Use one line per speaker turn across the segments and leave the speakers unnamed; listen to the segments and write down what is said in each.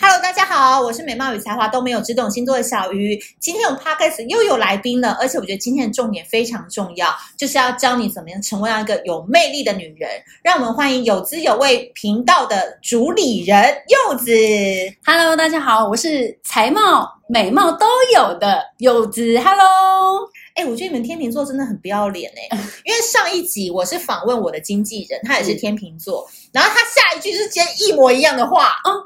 Hello，大家好，我是美貌与才华都没有，只懂星座的小鱼。今天我们 Podcast 又有来宾了，而且我觉得今天的重点非常重要，就是要教你怎么样成为一个有魅力的女人。让我们欢迎有滋有味频道的主理人柚子。
Hello，大家好，我是才貌、美貌都有的柚子。Hello，
哎，我觉得你们天秤座真的很不要脸哎、因为上一集我是访问我的经纪人，他也是天秤座，然后他下一句是接一模一样的话，
哦，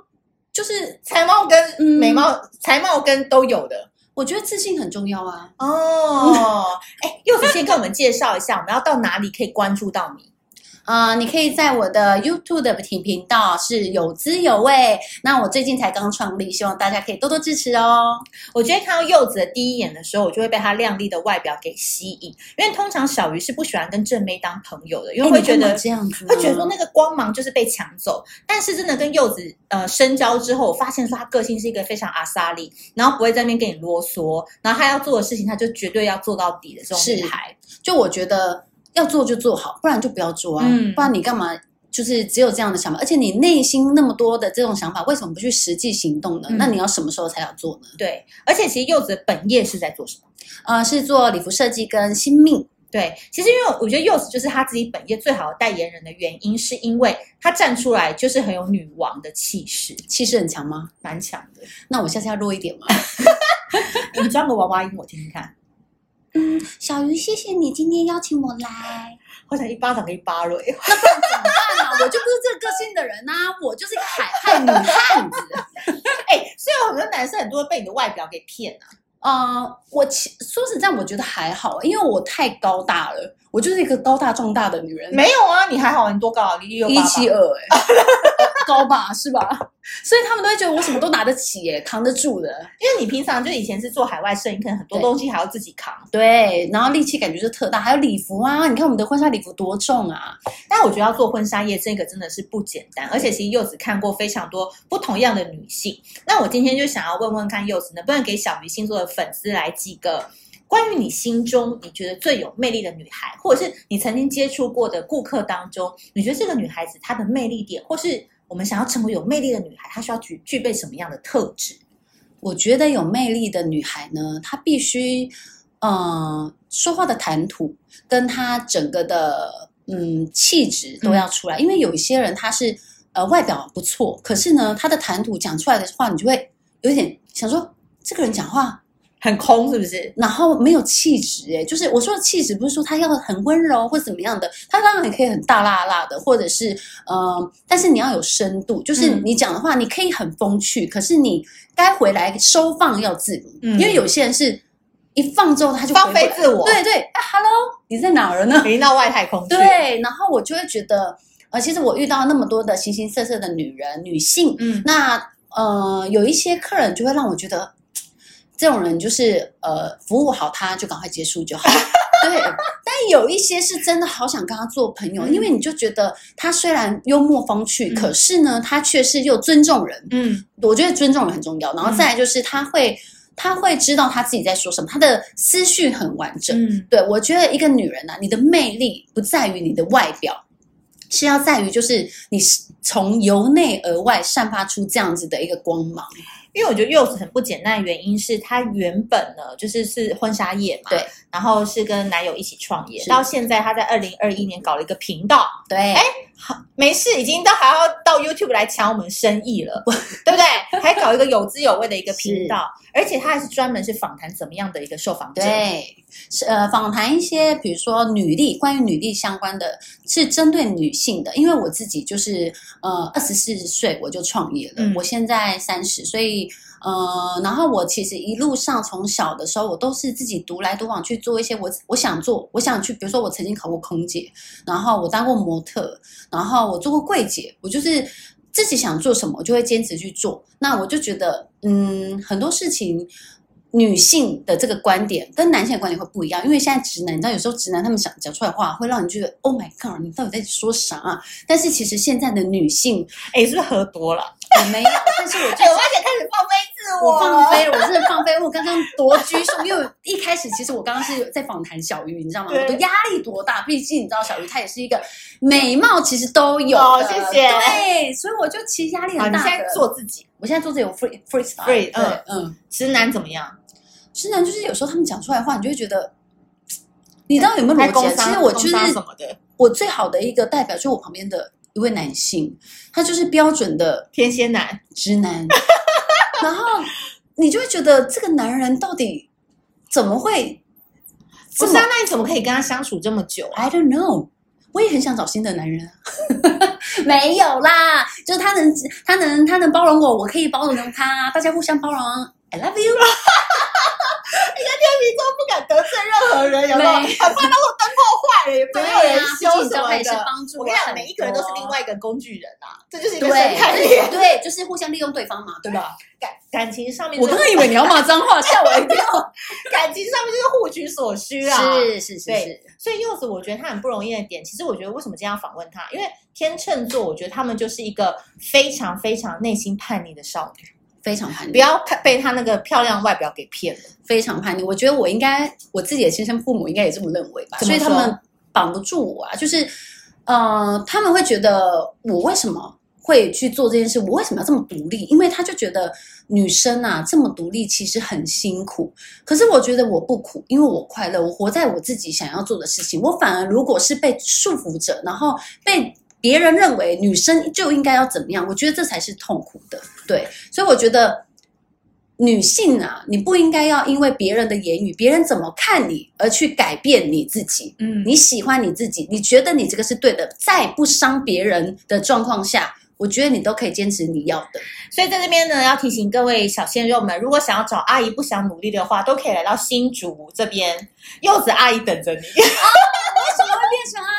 就是
才貌跟
嗯
美貌、才貌跟都有的。
我觉得自信很重要啊。
哦，哎，柚子先跟我们介绍一下，我们要到哪里可以关注到你？
呃，你可以在我的 YouTube 的频频道是有滋有味。那我最近才刚创立，希望大家可以多多支持哦。
我觉得看到柚子的第一眼的时候，我就会被她靓丽的外表给吸引，因为通常小鱼是不喜欢跟正妹当朋友的，因为
哎
会
你
觉
干嘛
得。
这样子呢，
会觉得说那个光芒就是被抢走，但是真的跟柚子呃深交之后，我发现说她个性是一个非常阿莎丽，然后不会在那边跟你啰嗦，然后她要做的事情，她就绝对要做到底的这种女
是
孩。
就我觉得要做就做好，不然就不要做啊，
嗯
不然你干嘛？就是只有这样的想法，而且你内心那么多的这种想法，为什么不去实际行动呢？
嗯
那你要什么时候才要做呢？
对，而且其实柚子的本业是在做什么？
呃，是做礼服设计跟新命，
对，其实因为我觉得 Yos 就是他自己本业最好的代言人的原因，是因为他站出来就是很有女王的气势，
气势很强吗？
蛮强的。
那我下次要弱一点吗？
你装个娃娃音我听听看，
嗯，小鱼，谢谢你今天邀请我来。
好想一巴掌给你扒了。
啊，我就不是这个个性的人呐、我就是一个海派女汉子。
哎、虽然很多男生很多被你的外表给骗啊了、
呃，我其说实在，我觉得还好，欸因为我太高大了，我就是一个高大壮大的女人，
没有啊，你还好，你多高啊？你一六
嗯一
八
七二哎，高吧是吧？ 所以他们都会觉得我什么都拿得起耶，扛得住的。
因为你平常就以前是做海外摄影，可能很多
对
东西还要自己扛。
对，然后力气感觉就特大，还有礼服啊，你看我们的婚纱礼服多重啊，
但我觉得要做婚纱业这个真的是不简单，而且其实柚子看过非常多不同样的女性。那我今天就想要问问看柚子，能不能给小鱼星座的粉丝来几个关于你心中你觉得最有魅力的女孩，或者是你曾经接触过的顾客当中，你觉得这个女孩子她的魅力点，或是我们想要成为有魅力的女孩，她需要具具备什么样的特质？
我觉得有魅力的女孩呢，她必须，呃，说话的谈吐跟她整个的嗯气质都要出来，因为有一些人她是呃外表不错，可是呢，她的谈吐讲出来的话，你就会有点想说这个人讲话，
很空是不是？
然后没有气质，哎，就是我说的气质，不是说她要很温柔或怎么样的，她当然也可以很大辣辣的，或者是嗯、呃但是你要有深度，就是
嗯
你讲的话，你可以很风趣，可是你该回来收放要自如，
嗯
因为有些人是一放之后他就
放飞
回不来
自我，
对对，啊，Hello，你在哪儿 呢？
淋到外太空去。，
对，然后我就会觉得，呃，其实我遇到那么多的形形色色的女人、女性，
嗯，
那呃，有一些客人就会让我觉得，这种人就是呃，服务好他就赶快结束就好。 对，但有一些是真的好想跟他做朋友，
嗯
因为你就觉得他虽然幽默风趣，
嗯
可是呢，他却是又尊重人。
嗯，
我觉得尊重人很重要，然后再来就是他会，他会知道他自己在说什么，他的思绪很完整。
嗯，
对，我觉得一个女人呐、啊，你的魅力不在于你的外表，是要在于就是你是从由内而外散发出这样子的一个光芒。
因为我觉得柚子很不简单，的原因是她原本呢就是是婚纱业嘛，
对，
然后是跟男友一起创业，
是
到现在她在二零二一年搞了一个频道，
对，
好没事，已经到还要到 YouTube 来抢我们生意了， 对不对？还搞一个有滋有味的一个频道，而且她还是专门是访谈怎么样的一个受访者，
对，是呃，访谈一些比如说女力，关于女力相关的，是针对女性的。因为我自己就是呃，二十四岁我就创业了，
嗯
我现在三十，所以呃，然后我其实一路上从小的时候，我都是自己独来独往去做一些我我想做，我想去，比如说我曾经考过空姐，然后我当过模特，然后我做过柜姐，我就是。自己想做什么，我就会坚持去做。那我就觉得，嗯，很多事情女性的这个观点跟男性的观点会不一样，因为现在直男，你知道有时候直男他们讲讲出来的话，会让你觉得 Oh my God，你到底在说啥、啊？但是其实现在的女性，
哎，是不是喝多了？
我没有，但是我觉
哎，
得
我也开始放飞自
我放
飞，
飞了，我真的放飞了，我刚刚多拘束，因为我一开始其实我刚刚是在访谈小鱼，你知道吗？
对
我的压力多大？毕竟你知道小鱼她也是一个美貌其实都有的，
哦谢谢
对，所以我就其实压力
好，
很
啊你
大
现
的。
在做自己，
我现在做这有 free freestyle，
Free，
对
嗯
嗯。
直男怎么样？
直男就是有时候他们讲出来的话，你就会觉得，你到底有没有
还
逻
工
辑啊？
商
其实我就
工商什
是
么的，
我最好的一个代表，就是我旁边的一位男性，他就是标准的
天蝎男，
直男，然后你就会觉得这个男人到底怎么会
不
这
是
么
啊？那你怎么可以跟他相处这么久啊？
I don't know。我也很想找新的男人啊， 没有啦，就是他能，他能，他能包容我，我可以包容他，大家互相包容。I love you。
你都不敢得罪任何人，有没有？
没
很怕他说灯泡坏 了，也 没有人
啊，毕
修
竟你知
什
道他
么
也是
的。
帮助
我跟你讲，
很
每一个人都
多
是另外一个工具人啊，这就是一个
对
生态链。
对，就是互相利用对方嘛，对吧？
感感情上面
我
就是，
刚刚以为你要骂脏话，吓我一跳。
感情上面就是互取所需啊。
是是是
对
是，
所以柚子，我觉得他很不容易的点，其实我觉得为什么今天要访问他，因为天秤座，我觉得他们就是一个非常非常内心叛逆的少女，
非常叛
不
逆，
要看被他那个漂亮外表给骗了。
非常叛逆。我觉得我应该，我自己的亲生父母应该也这么认为吧，
怎么
所以他
说
们绑不住我啊，就是呃，他们会觉得我为什么？会去做这件事，我为什么要这么独立？因为他就觉得女生啊这么独立其实很辛苦，可是我觉得我不苦，因为我快乐，我活在我自己想要做的事情。我反而如果是被束缚着，然后被别人认为女生就应该要怎么样，我觉得这才是痛苦的。对，所以我觉得女性啊，你不应该要因为别人的言语、别人怎么看你而去改变你自己。
嗯
你喜欢你自己，你觉得你这个是对的，在不伤别人的状况下，我觉得你都可以坚持你要的。
所以在这边呢，要提醒各位小鲜肉们，如果想要找阿姨不想努力的话，都可以来到新竹这边，柚子阿姨等 着你。
为什么会变成阿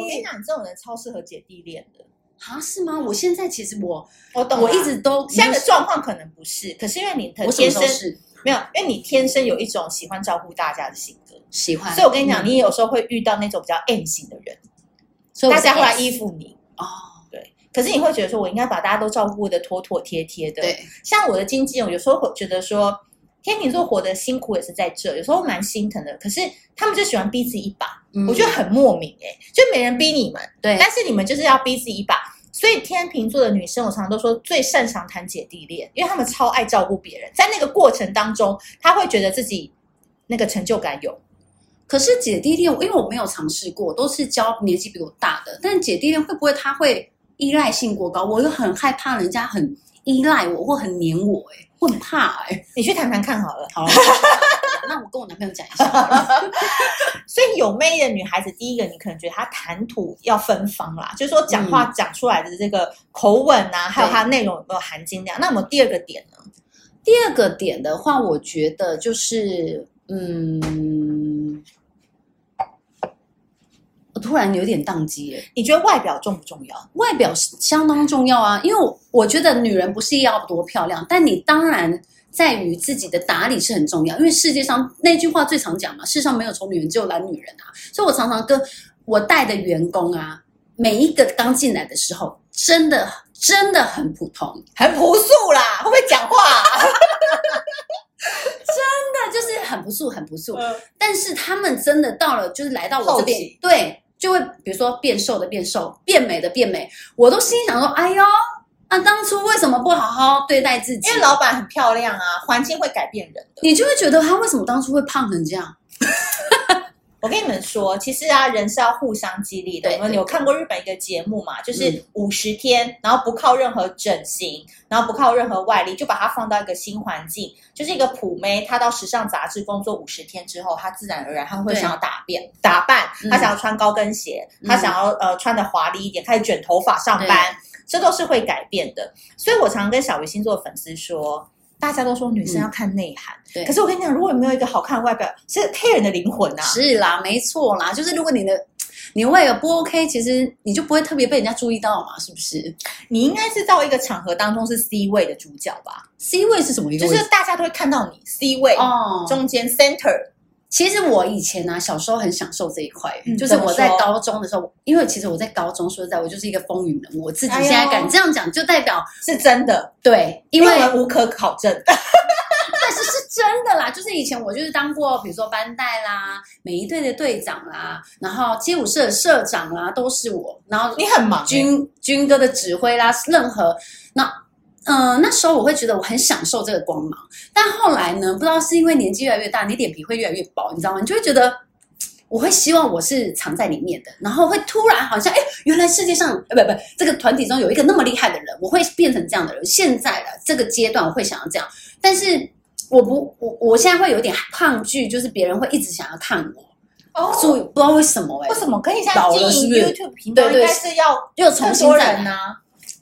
我跟你
姨？
讲，这种人超适合姐弟恋的。
啊，是吗？我现在其实我
我懂啊，
我一直都
现在的状况可能不是，可是因为你的
我什
天
么时候
生
是
没有，因为你天生有一种喜欢照顾大家的性格，
喜欢，
所以我跟你讲，
嗯
你有时候会遇到那种比较 M 型的人，
所以我
大
是
家会来
S
依附你。
哦，
可是你会觉得说，我应该把大家都照顾的妥妥帖帖的。
对，
像我的经纪人，我有时候会觉得说，天秤座活得辛苦也是在这，有时候蛮心疼的。可是他们就喜欢逼自己一把，
嗯
我觉得很莫名哎、就没人逼你们，
对
但是你们就是要逼自己一把。所以天秤座的女生，我常常都说最擅长谈姐弟恋，因为她们超爱照顾别人，在那个过程当中，她会觉得自己那个成就感有。
可是姐弟恋，因为我没有尝试过，都是教年纪比我大的。但姐弟恋会不会他会依赖性过高？我又很害怕人家很依赖我或很黏我、欸，哎，我很怕、 欸，哎。
你去谈谈看好了。
好，那我跟我男朋友讲一下好了。
所以有魅力的女孩子，第一个你可能觉得她谈吐要芬芳啦，就是说讲话讲出来的这个口吻啊，还有它内容有没有含金量。那我们第二个点呢？
第二个点的话，我觉得就是，嗯，我突然有点宕机、欸，
你觉得外表重不重要？
外表是相当重要啊，因为我我觉得女人不是要多漂亮，但你当然在于自己的打理是很重要，因为世界上那句话最常讲嘛，世上没有丑女人，只有懒女人啊。所以我常常跟我带的员工啊，每一个刚进来的时候，真的真的很普通，
很朴素啦，会不会讲话、啊
真的就是很不素，很不素。但是他们真的到了，就是来到我这边
嗯后期，
对，就会比如说变瘦的变瘦，变美的变美，我都心想说，哎呦，啊，当初为什么不好好对待自己？
因为老板很漂亮啊，环境会改变人的。
你就会觉得他为什么当初会胖成这样？
我跟你们说，其实啊，人是要互相激励的。
对
你们
对
有看过日本一个节目嘛？就是
嗯
五十天，然后不靠任何整形，然后不靠任何外力，就把它放到一个新环境，就是一个普妹，她到时尚杂志工作五十天之后，她自然而然她会
对
想要打扮，打扮，
嗯
她想要穿高跟鞋，她想要呃穿的华丽一点，开始卷头发上班，这都是会改变的。所以我常跟小鱼星座的粉丝说。大家都说女生要看内涵，
嗯对
可是我跟你讲，如果你没有一个好看的外表，是黑人的灵魂啊，
是啦，没错啦，就是如果你的你为了不 OK，其实你就不会特别被人家注意到嘛，是不是
你应该是到一个场合当中是 C 位的主角吧，
？C 位是什么一个
就
位置？
是大家都会看到你 C 位，
哦，
中间 center，
其实我以前啊，小时候很享受这一块，
嗯
就是我在
怎么说
高中的时候，因为其实我在高中说实在，我就是一个风云人物，我自己
哎呦
现在敢这样讲，就代表
是真的，
对，因
因
为呃
为我们无可考证。
但是是真的啦，就是以前我就是当过，比如说班带啦、每一队的队长啦，然后街舞社的社长啦，都是我，然后
你很忙、欸，
军军哥的指挥啦，任何那。嗯、那时候我会觉得我很享受这个光芒，但后来呢，不知道是因为年纪越来越大，你脸皮会越来越薄，你知道吗？你就会觉得，嘖我会希望我是藏在里面的，然后会突然好像，哎，原来世界上，呃，不不，这个团体中有一个那么厉害的人，我会变成这样的人。现在了这个阶段，我会想要这样，但是嘖我不，我我现在会有点抗拒，就是别人会一直想要看我，
哦
所以不知道为什么、哎
为，什么？可以像
倒了是
经
不
营
是
YouTube 频道，
对
应
对
该是要
又重
更
新
多
再来
人。啊。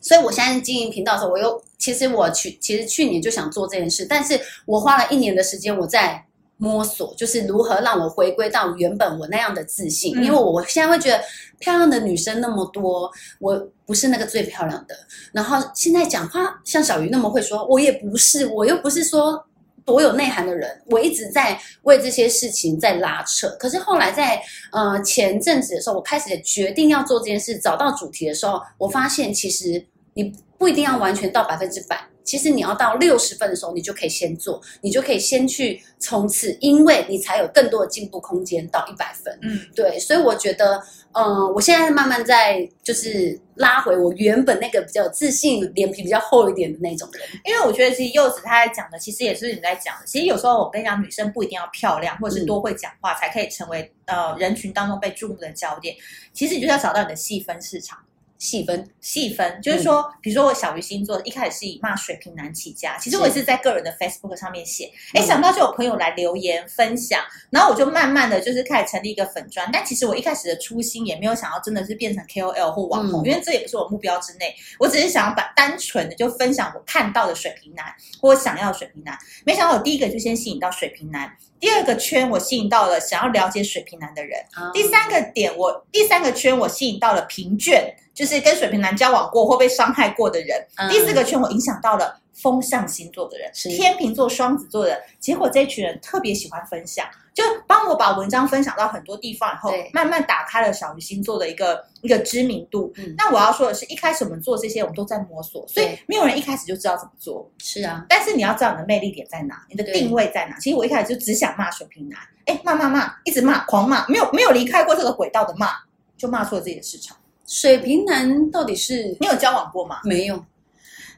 所以我现在经营频道的时候，我又其实我去其实去年就想做这件事，但是我花了一年的时间我在摸索，就是如何让我回归到原本我那样的自信，
嗯
因为我现在会觉得漂亮的女生那么多，我不是那个最漂亮的，然后现在讲话像小鱼那么会说，我也不是，我又不是说。多有内涵的人，我一直在为这些事情在拉扯。可是后来在呃，前阵子的时候，我开始决定要做这件事，找到主题的时候，我发现其实你不一定要完全到百分之百，其实你要到六十分的时候，你就可以先做，你就可以先去冲刺，因为你才有更多的进步空间到一百分。
嗯，
对，所以我觉得，嗯、我现在慢慢在就是拉回我原本那个比较有自信、脸皮比较厚一点的那种人。
因为我觉得其实柚子她在讲的，其实也是你在讲的。其实有时候我跟你讲，女生不一定要漂
嗯
亮，或者是多会讲话，才可以成为呃人群当中被注目的焦点。其实你就是要找到你的细分市场。
细分，
细分，就是说，
嗯
比如说我小鱼星座一开始是以骂水瓶男起家，其实
是
我也是在个人的 Facebook 上面写，哎、
嗯
想到就有朋友来留言分享，然后我就慢慢的就是开始成立一个粉砖，但其实我一开始的初心也没有想要真的是变成 KOL 或网红，
嗯
因为这也不是我目标之内，我只是想要把单纯的就分享我看到的水瓶男或我想要的水瓶男，没想到我第一个就先吸引到水瓶男，第二个圈我吸引到了想要了解水瓶男的人。
啊
第三个点，我第三个圈我吸引到了平倦，就是跟水瓶男交往过或被伤害过的人。
嗯
第四个圈我影响到了风象星座的人，
是
天秤座、双子座的人。结果这一群人特别喜欢分享，就帮我把文章分享到很多地方以后
对，
慢慢打开了小鱼星座的一个一个知名度。
嗯
那我要说的是，一开始我们做这些，我们都在摸索，所以
对
没有人一开始就知道怎么做。
是啊，
但是你要知道你的魅力点在哪，你的
对
定位在哪。其实我一开始就只想骂水瓶男，哎，骂骂骂，一直骂，狂骂，没有没有离开过这个轨道的骂，就骂出了自己的市场。
水瓶男到底是
你有交往过吗？
没有？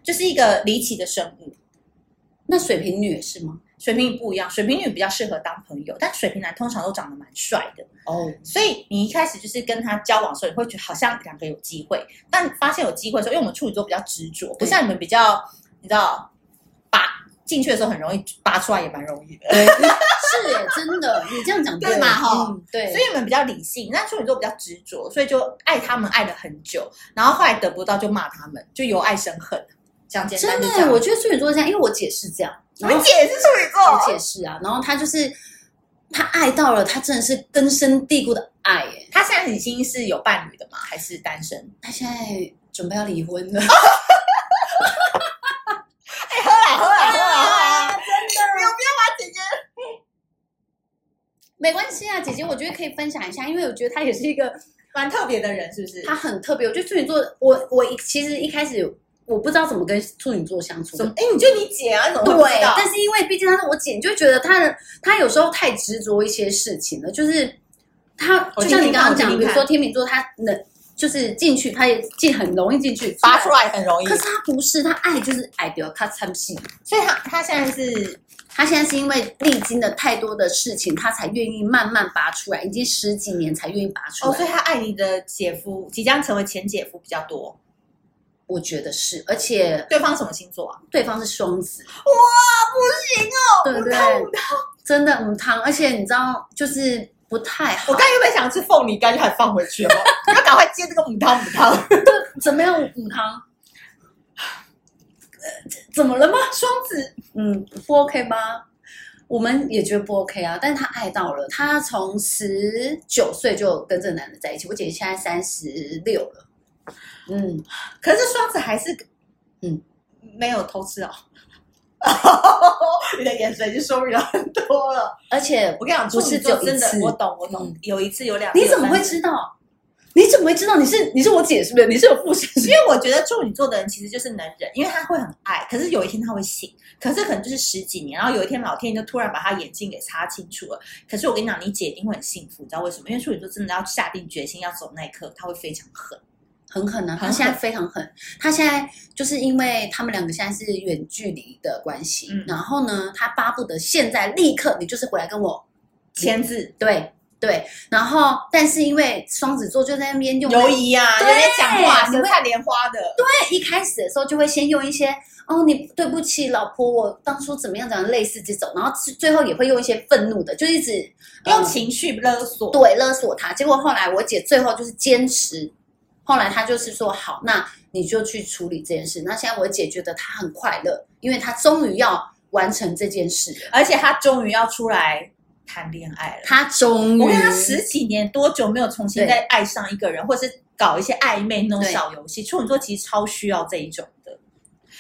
就是一个离奇的生物。
那水瓶女也是吗？
水瓶女不一样，水瓶女比较适合当朋友，但水瓶男通常都长得蛮帅的，
哦，
所以你一开始就是跟他交往的时候，你会觉得好像两个有机会，但发现有机会的时候，因为我们处女座比较执着，不像你们比较，你知道，拔进去的时候很容易，拔出来也蛮容易的。
对，是耶，真的，你这样讲
对嘛吼
嗯，对，
所以你们比较理性，那处女座比较执着，所以就爱他们爱了很久，然后后来得不到就骂他们，就由爱生恨，讲简单
真的
就这样
耶，我觉得处女座是这样，因为我姐是这样，
你
然后
姐也是处女
我
座，
姐是啊，然后她就是她爱到了，她真的是根深蒂固的爱耶，
她现在已经是有伴侣的吗？还是单身？
她现在准备要离婚了，
喝啦喝啦喝啦喝啦！
真的。
姐姐，
没关系啊，姐姐，我觉得可以分享一下，因为我觉得她也是一个
蛮特别的人是不是？
她很特别。我觉得处女座，我我一其实一开始我不知道怎么跟处女座相处，
怎么？哎，你就你姐啊，你怎么会不
对
知道，？
但是因为毕竟她是我姐，你就觉得她的她有时候太执着一些事情了，就是她
我
就
听
像你
听
刚
看
刚讲，
我听听
比如
看
说天秤座，她能就是进去，她也进很容易进去，
拔出。来很容易
可，是她不是，她爱就是爱掉她参戏。
所以她她现在是
她现在是因为历经了太多的事情，她才愿意慢慢拔出来，已经十几年才愿意拔出
哦，
来。
所以她爱你的姐夫，即将成为前姐夫比较多。
我觉得是，而且
对方什么星座啊？
对方是双子，
哇，不行哦！
对不对？真的母汤，而且你知道，就是不太好。
我刚原本想吃凤梨干，就还放回去了，你要赶快接这个母汤母汤。
怎么样，母汤？呃怎么了吗？
双子
嗯，不 OK 吗？我们也觉得不 OK 啊，但是他爱到了，他从十九岁就跟这个男的在一起，我姐姐现在三十六了，嗯，
可是双子还是，
嗯，
没有偷吃哦。 你的眼神就说明了很多了。
而且
我跟你讲，
不
处
是
女座
只有一
真的
次，
我懂，我懂
嗯。
有一次有两，
你怎么
有三
会知道？你怎么会知道？你是你是我姐是不是？你是有附身是不是
因为我觉得处女座的人其实就是能忍，因为他会很爱，可是有一天他会醒，可是可能就是十几年，然后有一天老天爷就突然把他眼睛给擦清楚了。可是我跟你讲，你姐一定会很幸福，你知道为什么？因为处女座真的要下定决心要走那一刻，他会非常狠。
很狠啊！
很
他现在非常狠，他现在就是因为他们两个现在是远距离的关系，
嗯
然后呢，他巴不得现在立刻你就是回来跟我
签字
对对，然后但是因为双子座就在那边用那
犹疑啊，有
对
点讲话，
你
舌
会
灿莲花的。对，
一开始的时候就会先用一些哦，你对不起，老婆，我当初怎么样怎么样类似这种，然后最最后也会用一些愤怒的，就一直
用
嗯
情绪勒索。
对勒索他。结果后来我姐最后就是坚持，后来她就是说好，那你就去处理这件事。那现在我姐觉得她很快乐，因为她终于要完成这件事了，
而且他终于要出来谈恋爱了。
她终于
我跟他十几年多久没有重新再爱上一个人，或是搞一些暧昧那种
对
小游戏？处女座其实超需要这一种的。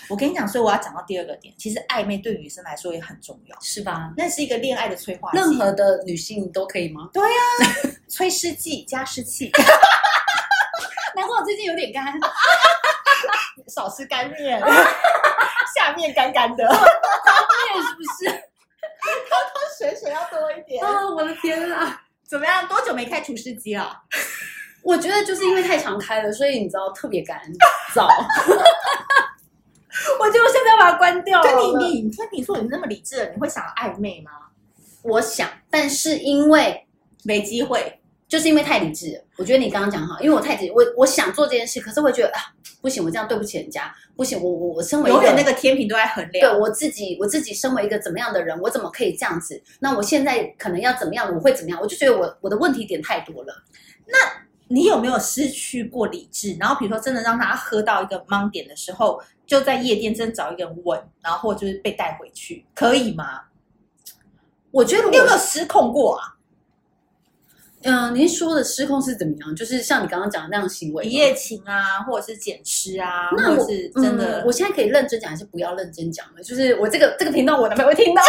我跟你讲，所以我要讲到第二个点，其实暧昧对女生来说也很重要，
是吧？
那是一个恋爱的催化剂，
任何的女性都可以吗？
催湿剂加湿 器，
难怪我最近有点干，
少吃干 面，下面干干的，
是不 是？
水水要多一点
啊，我的天啊！
怎么样？多久没开除湿机了？
我觉得就是因为太常开了，所以你知道特别干 燥。我觉得我现在要把它关掉
跟
了。
你你你天秤座你那么理智了，你会想要暧昧吗？
我想，但是因为
没机会。
就是因为太理智了，我觉得你刚刚讲好，因为我太理智，我我想做这件事，可是我觉得啊，不行，我这样对不起人家，不行，我我我身为一
永远那
个
个天平都在衡
对
量。
我自己，我自己身为一个怎么样的人，我怎么可以这样子？那我现在可能要怎么样？我会怎么样？我就觉得我我的问题点太多了，
你有没有失去过理智？然后比如说真的让他喝到一个盲点的时候，就在夜店真的找一个人吻，然后或就是被带回去，可以吗？
我觉得
你有没
我
有失控过啊？
嗯、您说的失控是怎么样？就是像你刚刚讲的那样行为吗，
一夜情啊，或者是捡尸啊，
那
或
我
者是真的
嗯，我现在可以认真讲还是不要认真讲了？就是我这个这个频道我男朋友会听到，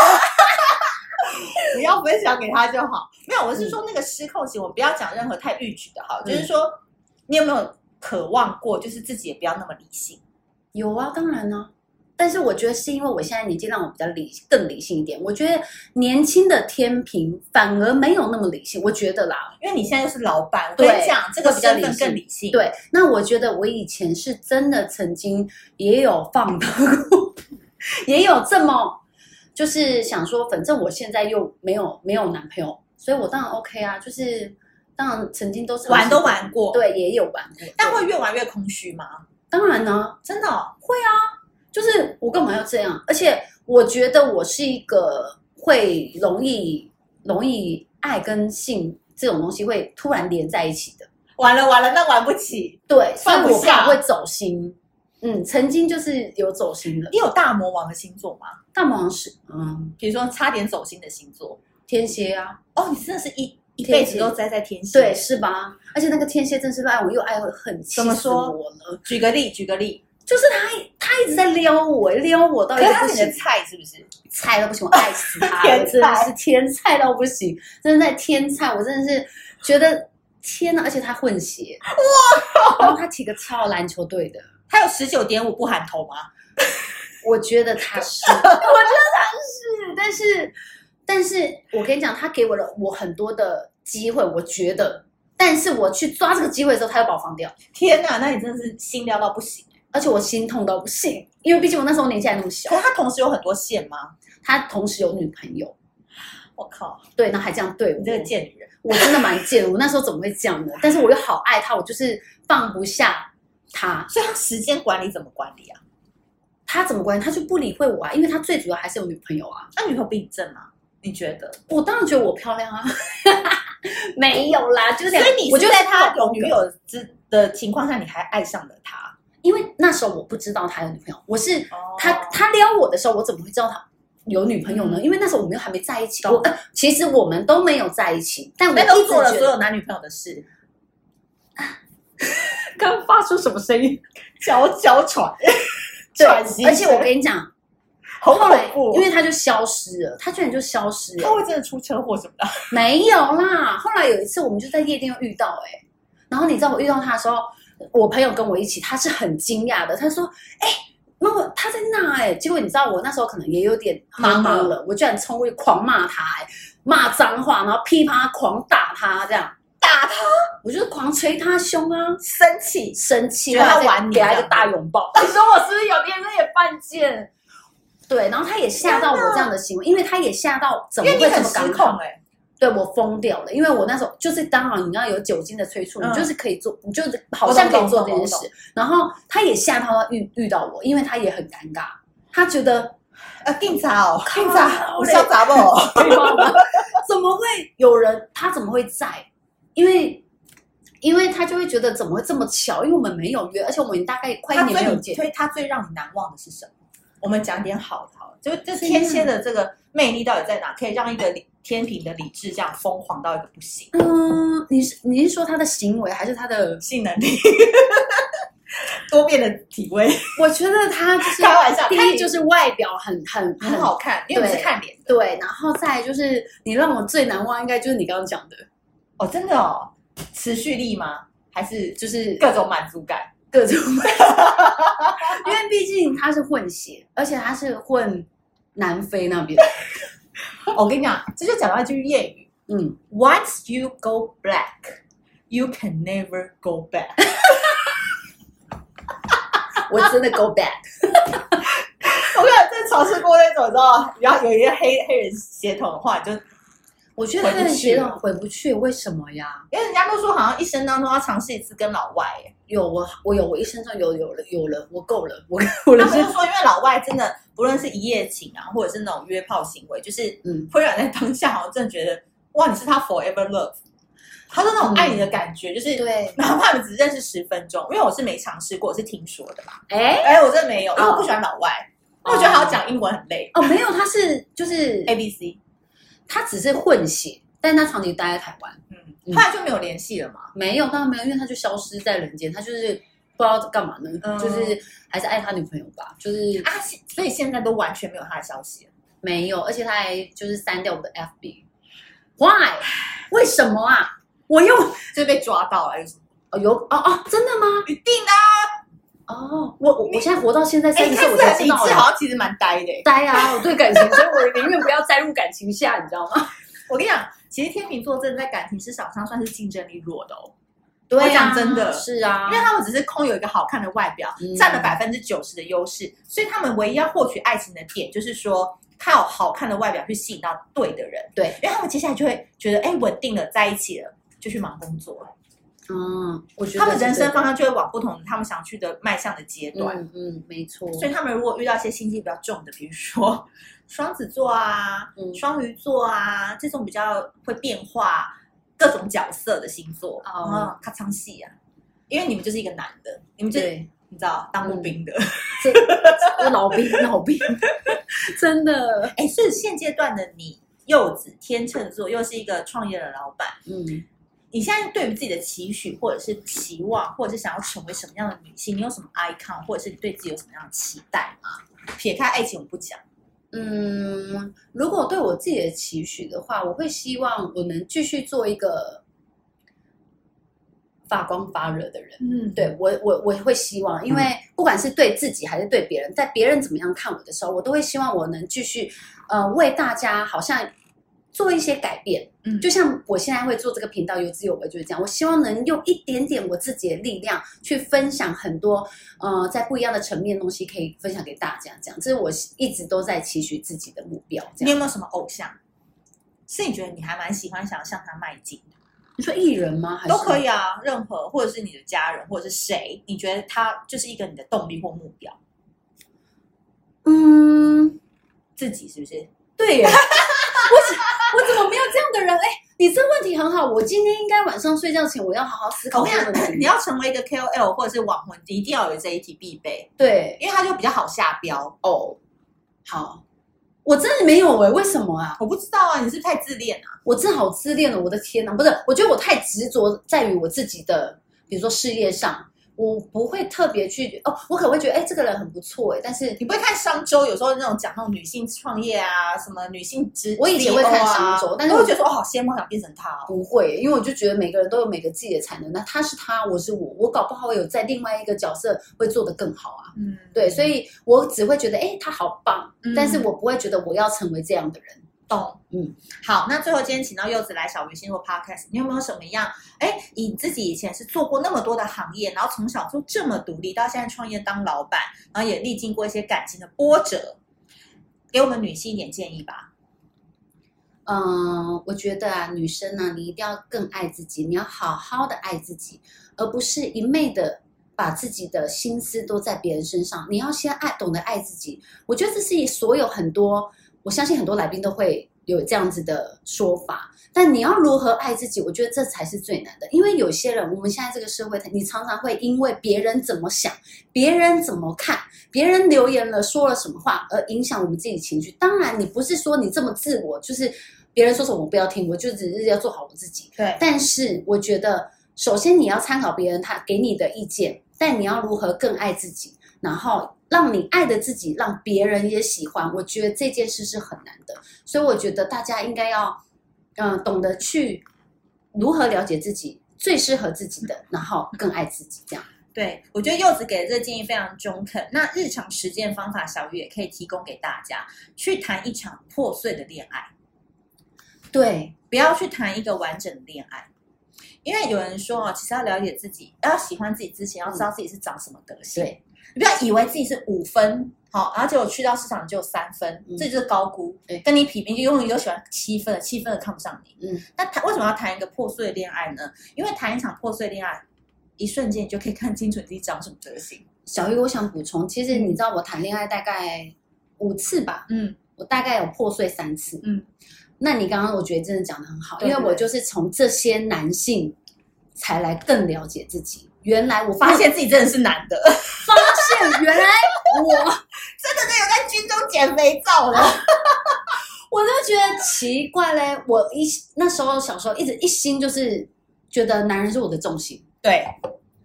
不要分享给他就好。没有，我是说那个失控型，我们不要讲任何太逾矩的哈，
嗯
就是说你有没有渴望过，就是自己也不要那么理性。
有啊，当然呢、但是我觉得是因为我现在年纪让我比较理更理性一点，我觉得年轻的天平反而没有那么理性，我觉得啦。
因为你现在又是老板，我跟你
对
讲，这个
会比较
身份
理性
更理性。
对，那我觉得我以前是真的曾经也有放荡过， 也有这么就是想说，反正我现在又没有没有男朋友，所以我当然 OK 啊，就是当然曾经都是
玩都玩过，，
对，也有玩过，
但
对
会越玩越空虚吗？
当然啊呢、
真的哦、
就是我干嘛要这样？而且我觉得我是一个会容易容易爱跟性这种东西会突然连在一起的，
完了完了，那玩不起。
对，所以
放不
我
下
怕会走心。嗯，曾经就是有走心的，
你有大魔王的星座吗？
大魔王是嗯
比如说差点走心的星座？
天蝎啊，
哦，你真的是一一
天
辈
蝎
子都栽在天蝎。
对，，是吧？而且那个天蝎真是爱我又爱我恨，气
怎么
死
说
我了？
举个例，举个例，
就是他一他一直在撩我，撩我到
可
一
是
个
他
哦
是
不
你的
行，
菜是不是？
菜到不行，我爱死他 了，
天
我真的
菜
是天菜到不行，真的在天菜，我真的是觉得天呐！而且他混血，哇！然后他体格超篮球队的，
他有十九点五不含头吗？
我觉得他是， 我觉得他是，但是但是我跟你讲，他给我了我很多的机会，我觉得，但是我去抓这个机会的时候，他又把我放掉，
天哪，那你真的是心撩到不行。
而且我心痛到不行，因为毕竟我那时候年纪还那么小
可，哦是他同时有很多线吗？
他同时有女朋友，
我靠，
对，然后还这样对我
你，这个贱女人！
我真的蛮贱的，我那时候怎么会这样呢？但是我又好爱他，我就是放不下他。
所以他时间管理怎么管理啊？
他怎么关系？他就不理会我啊，因为他最主要还是有女朋友啊。
那女朋友比你正吗？你觉得？
我当然觉得我漂亮啊，没有啦，就是
所
两
以你
我
是
就
在
在
他
他
有女友之的情况下，你还爱上了他？
因为那时候我不知道他有女朋友，我是
哦
他他撩我的时候，我怎么会知道他？有女朋友呢？
嗯
因为那时候我们又还没在一起，
懂
我、呃、其实我们都没有在一起，但我
那
一
都
直
做了
觉
所
得
有男女朋友的 事。刚刚发出什么声音？脚脚喘，
对，
喘息
而且我
声
跟你讲，
好
后来
恐怖哦！
因为他就消失了，他居然就消失了
他，会真的出车祸什么的。
没有啦，后来有一次我们就在夜店又遇到哎、然后你知道我遇到他的时候，我朋友跟我一起，他是很惊讶的，他说：“哎、那妈妈他在那哎、结果你知道我那时候可能也有点麻麻了，我居然冲过去狂骂他哎、骂脏话，然后噼啪狂打他这样，
打他，
我就是狂捶他胸啊，
生气，
生气，
觉得他
然后再
玩你
给他一个
这样
大拥抱。你说我是不是有变这也犯贱？对，然后他也吓到我这样的行为，因为他也吓到，怎
因
么
为
会
你
这
很
么
失
刚
控
好？
哎、
对我疯掉了，因为我那时候就是当然你要有酒精的催促，
嗯
你就是可以做，你就是好像可以做这件
我懂我懂我
事。然后他也吓到遇遇到我，因为他也很尴尬，他 觉得
呃，警察哦，
靠
警察，哦我
嘞
潇洒不？
怎么会有人，他怎么会在？因为因为他就会觉得怎么会这么巧？因为我们没有约，而且我们大概快一
他
年没有
最
见。
所以他最让你难忘的是什么？我们讲点好的，好了，就就天蝎的这个魅力到底在哪？可以让一个理天平的理智这样疯狂到一个不行，
嗯，你是你是说他的行为，还是他的？
性能力， 多变的体位，
我觉得他就是
开玩笑，
第
看
一就是外表很很
很好看，因为我们是看脸的
对，然后再来就是你让我最难忘，应该就是你刚刚讲的，
哦，真的哦，持续力吗？还是
就是
各种满足感？
各种， 因为毕竟他是混血，而且他是混南非那边，
哦我跟你讲，这就讲到一句谚语
嗯，
：Once you go black, you can never go back。
我真的 go back，
我跟你讲，真的尝试过那种，你知道吗？然后有一个黑黑人协同的话，就
我觉得他
回
的
不去
血统
了
回不去，为什么呀？
因为人家都说好像一生当中要尝试一次跟老外、欸，
有我，我有，我一生中有有了有了，我够了，我我
他
人
们就
生，
说因为老外真的不论是一夜情啊，或者是那种约炮行为，就是
嗯，
会让人在当下好像真的觉得哇，你是他 forever love，他是那种爱你的感觉，就是。
对，
哪怕你只认识十分钟，因为我是没尝试过，我是听说的嘛。
哎，
哎、我真的没有，因为我不喜欢老外，因为我觉得还要讲英文很累。
哦，没有，他是就是，
A B C，
他只是混血，但他长期待在台湾。
嗯，后来就没有联系了嘛。
没有，当然没有，因为他就消失在人间，他就是不知道干嘛呢，
嗯
就是还是爱他女朋友吧，就是
啊，现所以现在都完全没有他的消息了。
没有，而且他还就是删掉我的 FB。Why？为什么啊？我又
就被抓到了，有什么
哦有哦哦，真的吗？
一定的、
哦，我我我现在活到现在
哎、
三
你
十
看
岁，
这
我
个
才
理
知道
智
哎
好像其实蛮呆的、欸。
呆啊！我对感情，所以我宁愿不要栽入感情下，你知道吗？
我跟你讲，其实天秤座真的在感情市场上算是竞争力弱的哦，
对啊，
讲真的
是啊，
因为他们只是空有一个好看的外表，
嗯
占了百分之九十的优势，所以他们唯一要获取爱情的点就是说。靠好看的外表去吸引到对的人，
对，
因为他们接下来就会觉得，哎，稳定了，在一起了，就去忙工作了。
嗯，我觉得
他们人生
对
方向就会往不同他们想去的迈向的阶段。
嗯嗯，没错，
所以他们如果遇到一些心机比较重的，比如说 双子座啊、
嗯
双鱼座啊这种比较会变化各种角色的星座，
哦
啊，咔嚓戏啊，因为你们就是一个男的，你们就
对。嗯
你知道当过兵的，
这这老兵老兵， 真的，
哎、所以现阶段的你，柚子天秤座又是一个创业的老板，
嗯，
你现在对于自己的期许或者是期望，或者是想要成为什么样的女性，你有什么 icon，或者是你对自己有什么样的期待吗？撇开爱情我们不讲，
嗯，如果对我自己的期许的话，我会希望我能继续做一个发光发热的人。
嗯，
对我，我我会希望，因为不管是对自己还是对别人，在别人怎么样看我的时候，我都会希望我能继续，呃，为大家好像做一些改变。
嗯
就像我现在会做这个频道有滋有味就是这样，我希望能用一点点我自己的力量去分享很多，呃，在不一样的层面的东西可以分享给大家，这样，这是我一直都在期许自己的目标。这
你有
样，
没有什么偶像？是你觉得你还蛮喜欢，想要向他迈进的，
你说艺人吗？还是
都可以啊，任何或者是你的家人，或者是谁，你觉得他就是一个你的动力或目标，
嗯，
自己是不是？
对耶，我 怎我怎么没有这样的人？哎，你这问题很好，我今天应该晚上睡觉前我要好好思考
我
这个
跟你
问
讲，你
题。
要成为一个 KOL 或者是网红，你一定要有这一题必备，
对，
因为他就比较好下标。
哦，好，我真的没有哎、为什么啊？
我不知道啊，你是不是太自恋啊？
我真的好自恋了，我的天哪！不是，我觉得我太执着在于我自己的，比如说事业上，我不会特别去哦，我可能会觉得哎、这个人很不错哎、但是
你不会看商周有时候那种讲那种女性创业啊，什么女性职，
我以前会
CEO
看
啊
商周但是
我
我
会觉得说，哦，好羡慕，好想变成他哦。
不会，因为我就觉得每个人都有每个自己的才能，那他是他，我是我，我搞不好有在另外一个角色会做得更好啊。
嗯，
对，所以我只会觉得哎、他好棒，
嗯
但是我不会觉得我要成为这样的人。
懂，
嗯，
好，那最后今天请到柚子来小鱼星座 podcast，你有没有什么样？哎，你自己以前是做过那么多的行业，然后从小就这么独立，到现在创业当老板，然后也历经过一些感情的波折，给我们女性一点建议吧。
嗯，我觉得啊，女生呢、你一定要更爱自己，你要好好的爱自己，而不是一昧的把自己的心思都在别人身上。你要先爱，懂得爱自己。我觉得这是所有很多，我相信很多来宾都会有这样子的说法。但你要如何爱自己，我觉得这才是最难的。因为有些人，我们现在这个社会，你常常会因为别人怎么想、别人怎么看、别人留言了说了什么话，而影响我们自己情绪。当然，你不是说你这么自我，就是别人说什么我不要听，我就只是要做好我自己。
对，
但是我觉得，首先你要参考别人他给你的意见，但你要如何更爱自己，然后让你爱的自己，让别人也喜欢，我觉得这件事是很难的。所以我觉得大家应该要，嗯、懂得去如何了解自己，最适合自己的，然后更爱自己，这样。
对，我觉得柚子给的这个建议非常中肯。那日常实践方法，小鱼也可以提供给大家，去谈一场破碎的恋爱。
对，
不要去谈一个完整的恋爱，因为有人说哦，其实要了解自己，要喜欢自己之前，要知道自己是长什么德性。
对，
你不要以为自己是五分，好，然后结果去到市场只有三分，
嗯
这就是高估。
对
跟你匹配，你永远都喜欢七分的，七分的看不上你。
嗯，
那谈为什么要谈一个破碎的恋爱呢？因为谈一场破碎恋爱，一瞬间你就可以看清楚你自己长什么德性。
小玉，我想补充，其实你知道我谈恋爱大概五次吧，
嗯
我大概有破碎三次。
嗯，
那你刚刚我觉得真的讲的很好，
对
因为我就是从这些男性才来更了解自己。原来我发
发
现
现自己真的是男的，
发 现原来我
真的有在军中捡肥皂了。
我就觉得奇怪嘞，我一那时候小时候一直一心就是觉得男人是我的重心，
对，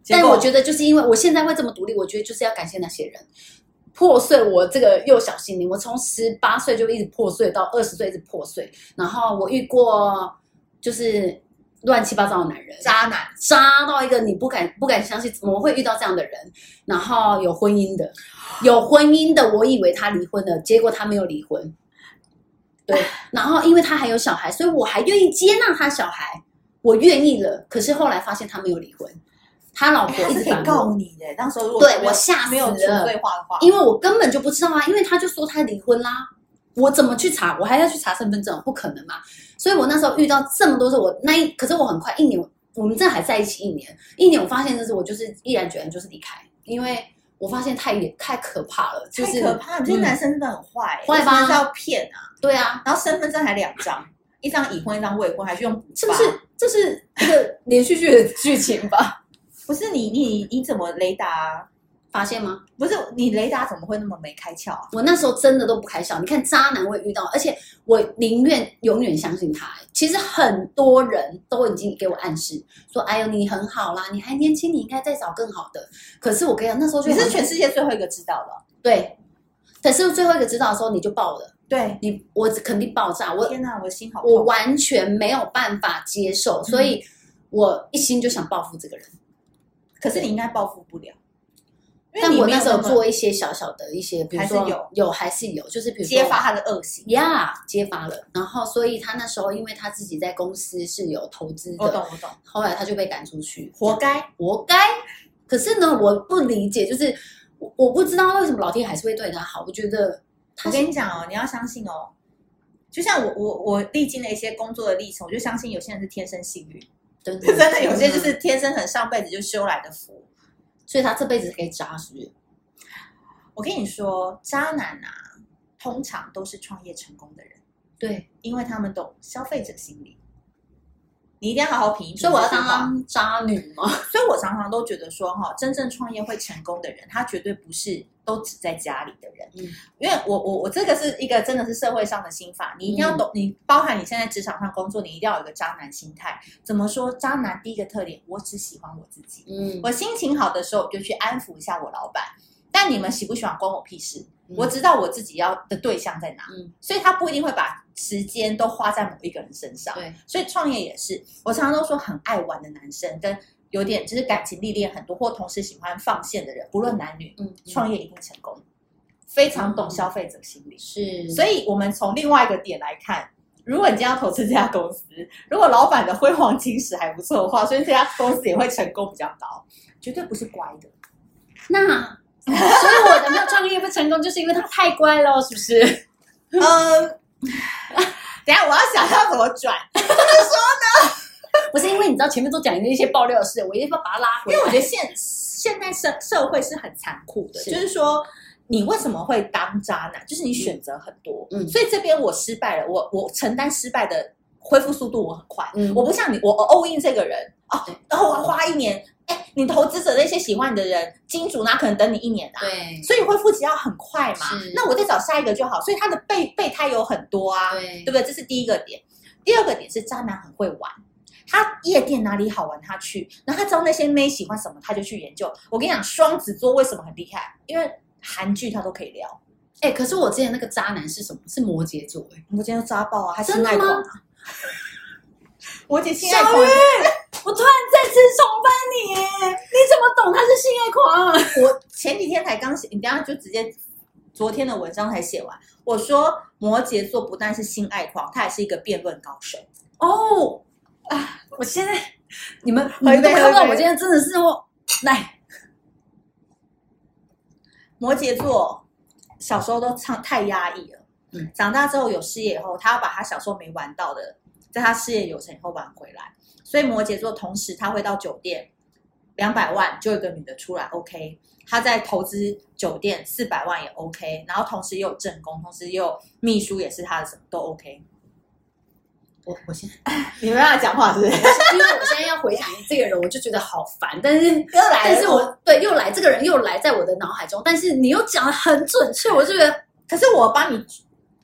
但
结果
我觉得就是因为我现在会这么独立，我觉得就是要感谢那些人。破碎我这个幼小心灵，我从十八岁就一直破碎到二十岁一直破碎，然后我遇过就是乱七八糟的男人，
渣男。
渣到一个你不敢不敢相信，怎么会遇到这样的人？然后有婚姻的，有婚姻的，我以为他离婚了，结果他没有离婚。对，然后因为他还有小孩，所以我还愿意接纳他小孩，我愿意了。可是后来发现他没有离婚，他老婆
他
一
是
直
可
反
以
我，
告你的。那时候如果
对
没有
我吓死
没有除罪
了，
化的话，
因为我根本就不知道啊，因为他就说他离婚啦。我怎么去查？我还要去查身份证，不可能嘛！所以我那时候遇到这么多事，我那一可是我很快一年，我们这还在一起一年，一年我发现就是我就是毅然决然就是离开，因为我发现太也太可怕了，就
太
是
可怕了。这些
嗯
男生真的很坏、为什
坏吧
么是要骗啊！
对啊，
然后身份证还两张，一张已婚，一张未婚，还去用补
是不
发
是？这是一个连续剧的剧情 吧？
不是你你你怎么雷达？
发现吗？
不是你雷达怎么会那么没开窍啊？
我那时候真的都不开窍，你看渣男会遇到，而且我宁愿永远相信他。其实很多人都已经给我暗示说：“哎呦，你很好啦，你还年轻，你应该再找更好的。”可是我跟你讲，那时候就
你是
很
全世界最后一个知道的哦。
对，可是最后一个指导的时候你就爆了，
对，
你我肯定爆炸，我
天哪，我嗯的心好
我
痛。
完全没有办法接受，所以我一心就想报复这个人。
可是你应该报复不了，因为
但
你
我
没有
那时候
那么
做一些小小的一些，比如
还是
说
有
还是有，就是比如说
揭发他的恶行。
呀揭发了，然后所以他那时候因为他自己在公司是有投资
我哦懂
的，
我懂，
后来他就被赶出去，
活该。
活该。可是呢，我不理解，就是我我不知道为什么老天还是会对他好，我觉得他
我
是
跟你讲哦，你要相信哦。就像我我我历经了一些工作的历程，我就相信有些人是天生幸运，
真
真的有
嗯
些就是，天生很上辈子就修来的福。
所以他这辈子可以扎实。
我跟你说，渣男啊，通常都是创业成功的人，
对，
因为他们懂消费者心理。你一定要好好品一品。
所以我要
这句
当
话
当渣女吗？
所以我常常都觉得说，哈，真正创业会成功的人，他绝对不是都只在家里的人。
嗯
因为我我我这个是一个真的是社会上的心法，你一定
嗯
要懂，你包含你现在职场上工作，你一定要有一个渣男心态。怎么说？渣男第一个特点，我只喜欢我自己。
嗯，
我心情好的时候，我就去安抚一下我老板。但你们喜不喜欢关我屁事？我知道我自己要的对象在哪，
嗯
所以他不一定会把时间都花在某一个人身上。
对，
所以创业也是，我常常都说很爱玩的男生跟有点就是感情历练很多或同时喜欢放线的人，不论男女，
嗯，
创业一定成功，非常懂消费者心理。
是，
所以我们从另外一个点来看。如果你今天要投资这家公司，如果老板的辉煌青史还不错的话，所以这家公司也会成功比较高，绝对不是乖 的。
那。所以我的没有创业不成功，就是因为他太乖了，是 不是？
嗯，等一下我要想要怎么转，
不是因为你知道前面都讲了一些爆料的事，我一定要把他拉回
因为我
来。
觉得现现在社社会是很残酷的，
是
就是说你为什么会当渣男，就是你选择很多，
嗯
所以这边我失败了，我我承担失败的恢复速度我很快，
嗯
我不像你，我 all in 这个人哦
对，
然后我要花一年，哎，你投资者那些喜欢你的人，金主哪可能等你一年啊？
对
所以恢复期要很快嘛
是，
那我再找下一个就好，所以他的备备胎有很多啊，
对
对不对？这是第一个点。第二个点是渣男很会玩，他夜店哪里好玩他去，然后他知道那些妹喜欢什么他就去研究。我跟你讲，双子座为什么很厉害？因为韩剧他都可以聊，
哎、可是我之前那个渣男是什么？是摩羯座、哎，
摩羯都渣爆啊，他
真
性
的
爱狂
吗
啊。摩羯性爱狂
小，我突然再次崇拜你，哎，你怎么懂他是性爱狂、啊？
我前几天才刚写，你等一下就直接昨天的文章才写完。我说摩羯座不但是性爱狂，他也是一个辩论高手。
哦，啊，我现在你们你
回
们都
味
看到
回味
我今天真的是
哦
我来，
摩羯座小时候都唱太压抑了，
嗯
长大之后有事业以后，他要把他小时候没玩到的，在他事业有成以后玩回来。所以摩羯座同时他会到酒店，两百万就有一个女的出来，OK。他在投资酒店四百万也 OK，然后同时也有正宫，同时也有秘书，也是他的什么都 OK。
我我现在，
你们让他讲话是不 是？
因为我现在要回想这个人，我就觉得好烦，但是。
又来了，
但是我对又来这个人又来在我的脑海中，但是你又讲的很准确，我就觉得
可是我帮你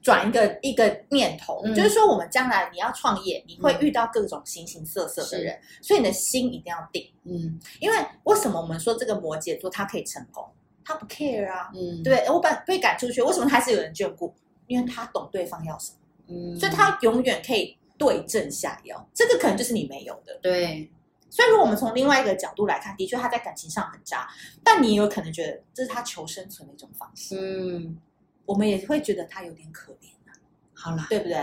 转一个一个念头，
嗯
就是说我们将来你要创业，你会遇到各种形形色色的人，所以你的心一定要定。
嗯
因为为什么我们说这个摩羯座他可以成功？他不 care 啊，
嗯，
对我把被赶出去，为什么他是有人眷顾？因为他懂对方要什么，
嗯，
所以他永远可以对症下药。这个可能就是你没有的。
对
所以，如果我们从另外一个角度来看，的确他在感情上很渣，但你也有可能觉得这是他求生存的一种方式，
嗯，
我们也会觉得他有点可怜。
好啦，
对不对？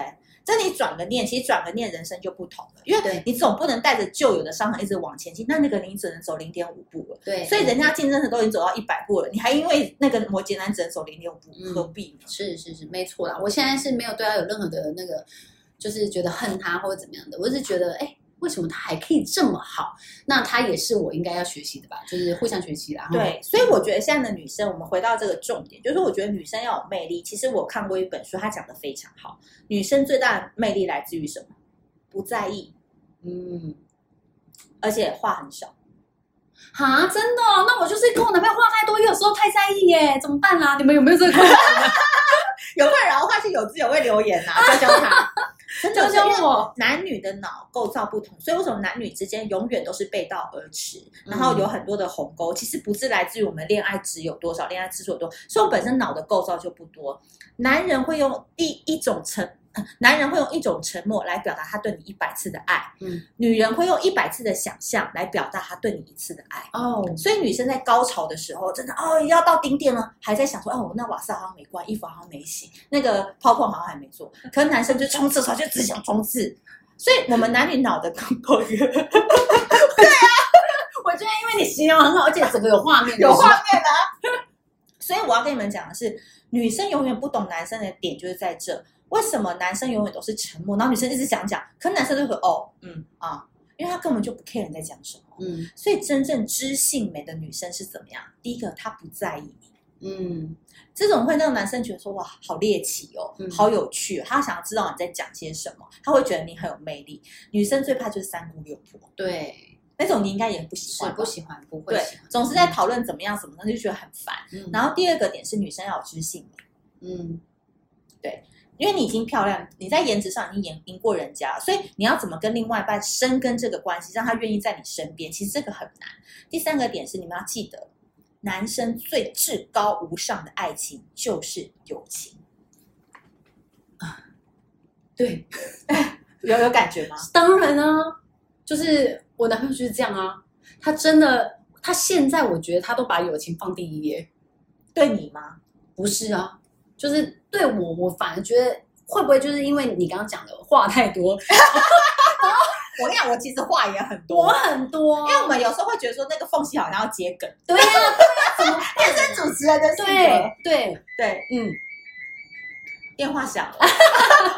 这你转个念，其实转个念，人生就不同了，因为
对
你总不能带着旧有的伤痕一直往前进，那那个你只能走零点五步了。
对，
所以人家竞争者都已经走到一百步了，你还因为那个摩羯男只能走零点五步，
嗯
何必呢？
是是是，没错啦。我现在是没有对他有任何的那个，就是觉得恨他或者怎么样的，我只是觉得，哎，为什么他还可以这么好？那他也是我应该要学习的吧，就是互相学习啦。哈，
对，所以我觉得现在的女生，我们回到这个重点，就是我觉得女生要有魅力。其实我看过一本书，她讲的非常好，女生最大的魅力来自于什么？不在意，
嗯，
而且话很少。
哈，真的哦、那我就是跟我男朋友话太多，有时候太在意耶，怎么办啊啦？你们有没有这个困 扰？
有困扰的话，是有滋有味留言呐、教教 他，真的
教教
因为
我
男女的脑构造不同，所以为什么男女之间永远都是背道而驰，
嗯
然后有很多的鸿沟，其实不是来自于我们恋爱值有多少，恋爱次数有多，所以我们本身脑的构造就不多。男人会用第一种沉。 呃男人会用一种沉默来表达他对你一百次的爱，
嗯，
女人会用一百次的想象来表达他对你一次的爱。
哦，
所以女生在高潮的时候，真的哦要到顶点了，还在想说哦那瓦斯好像没关，衣服好像没洗，那个泡泡好像还没做。可是男生就冲刺的时候就只想冲刺，所以我们男女脑的更够
我觉得因为你形容很好，而且整个有画面，
有画面啊。所以我要跟你们讲的是，女生永远不懂男生的点就是在这。为什么男生永远都是沉默，然后女生一直想讲，可男生就会哦嗯啊，因为他根本就不 care 你在讲什么。
嗯
所以真正知性美的女生是怎么样？第一个，她不在意你，
嗯
这种会让男生觉得说哇，好猎奇哦
嗯，
好有趣哦、他想要知道你在讲些什么，他会觉得你很有魅力。女生最怕就是三姑六婆
对，
那种，你应该也很不喜
是
欢吧。
不喜欢，不会
对
喜欢，，
总是在讨论怎么样怎么样，就觉得很烦。
嗯，
然后第二个点是女生要有知性美，
嗯
因为你已经漂亮，你在颜值上已经赢赢过人家，所以你要怎么跟另外一半深耕这个关系，让他愿意在你身边，其实这个很难。第三个点是你们要记得，男生最至高无上的爱情就是友情，
对，
有有感觉吗？
当然啊，就是我男朋友就是这样啊，他真的，他现在我觉得他都把友情放第一耶，
对你吗？
不是啊，就是对我，我反而觉得会不会就是因为你刚刚讲的话太多，
我跟你讲，我其实话也很多。
我很多，
因为我们有时候会觉得说那个缝隙好像要接梗，
对呀、
这是主持人的性格
对。对，
对，
嗯，
电话 响了，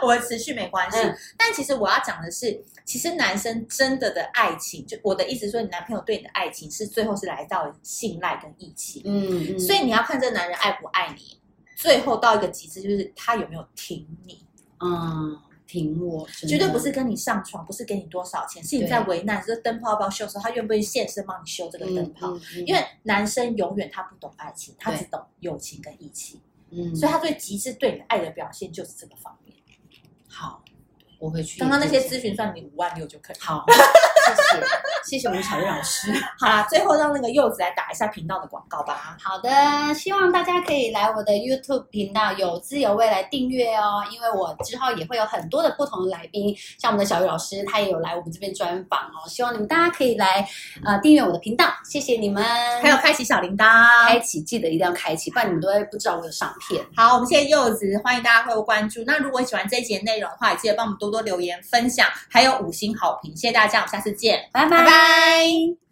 我们持续没关系。
嗯
但其实我要讲的是，其实男生真的的爱情，就我的意思说，你男朋友对你的爱情是最后是来到信赖跟义气，
嗯，
所
所以
以你要看这男人爱不爱你。最后到一个极致，就是他有没有挺你，
嗯，挺我，真的嗯
绝对不是跟你上床，不是给你多少钱，是你
对
在为难，就是灯泡要不要修的时候，他愿不愿意现身帮你修这个
嗯
灯泡？
嗯嗯
因为男生永远他不懂爱情，他
对
只懂友情跟义气，
嗯，
所以他最极致对你的爱的表现就是这个方面。
好，嗯我回去
刚刚那些
研究
咨
一下
询算你五万六就可以。
好，谢谢谢谢我们小月老 师。
好啦，最后让那个柚子来打一下频道的广告吧。
好的，希望大家可以来我的 YouTube 频道“有滋有味”来订阅哦，因为我之后也会有很多的不同的来宾，像我们的小雨老师，他也有来我们这边专访哦。希望你们大家可以来呃订阅我的频道，谢谢你们。
还有开启小铃铛
开。启，记得一定要开启，不然你们都会不知道我有上片。
好，我们谢谢柚子，欢迎大家会有关注。那如果喜欢这一节内容的话，也记得帮我们多多留言、分享，还有五星好评，谢谢大家，我们下次见，
拜
拜
拜
拜。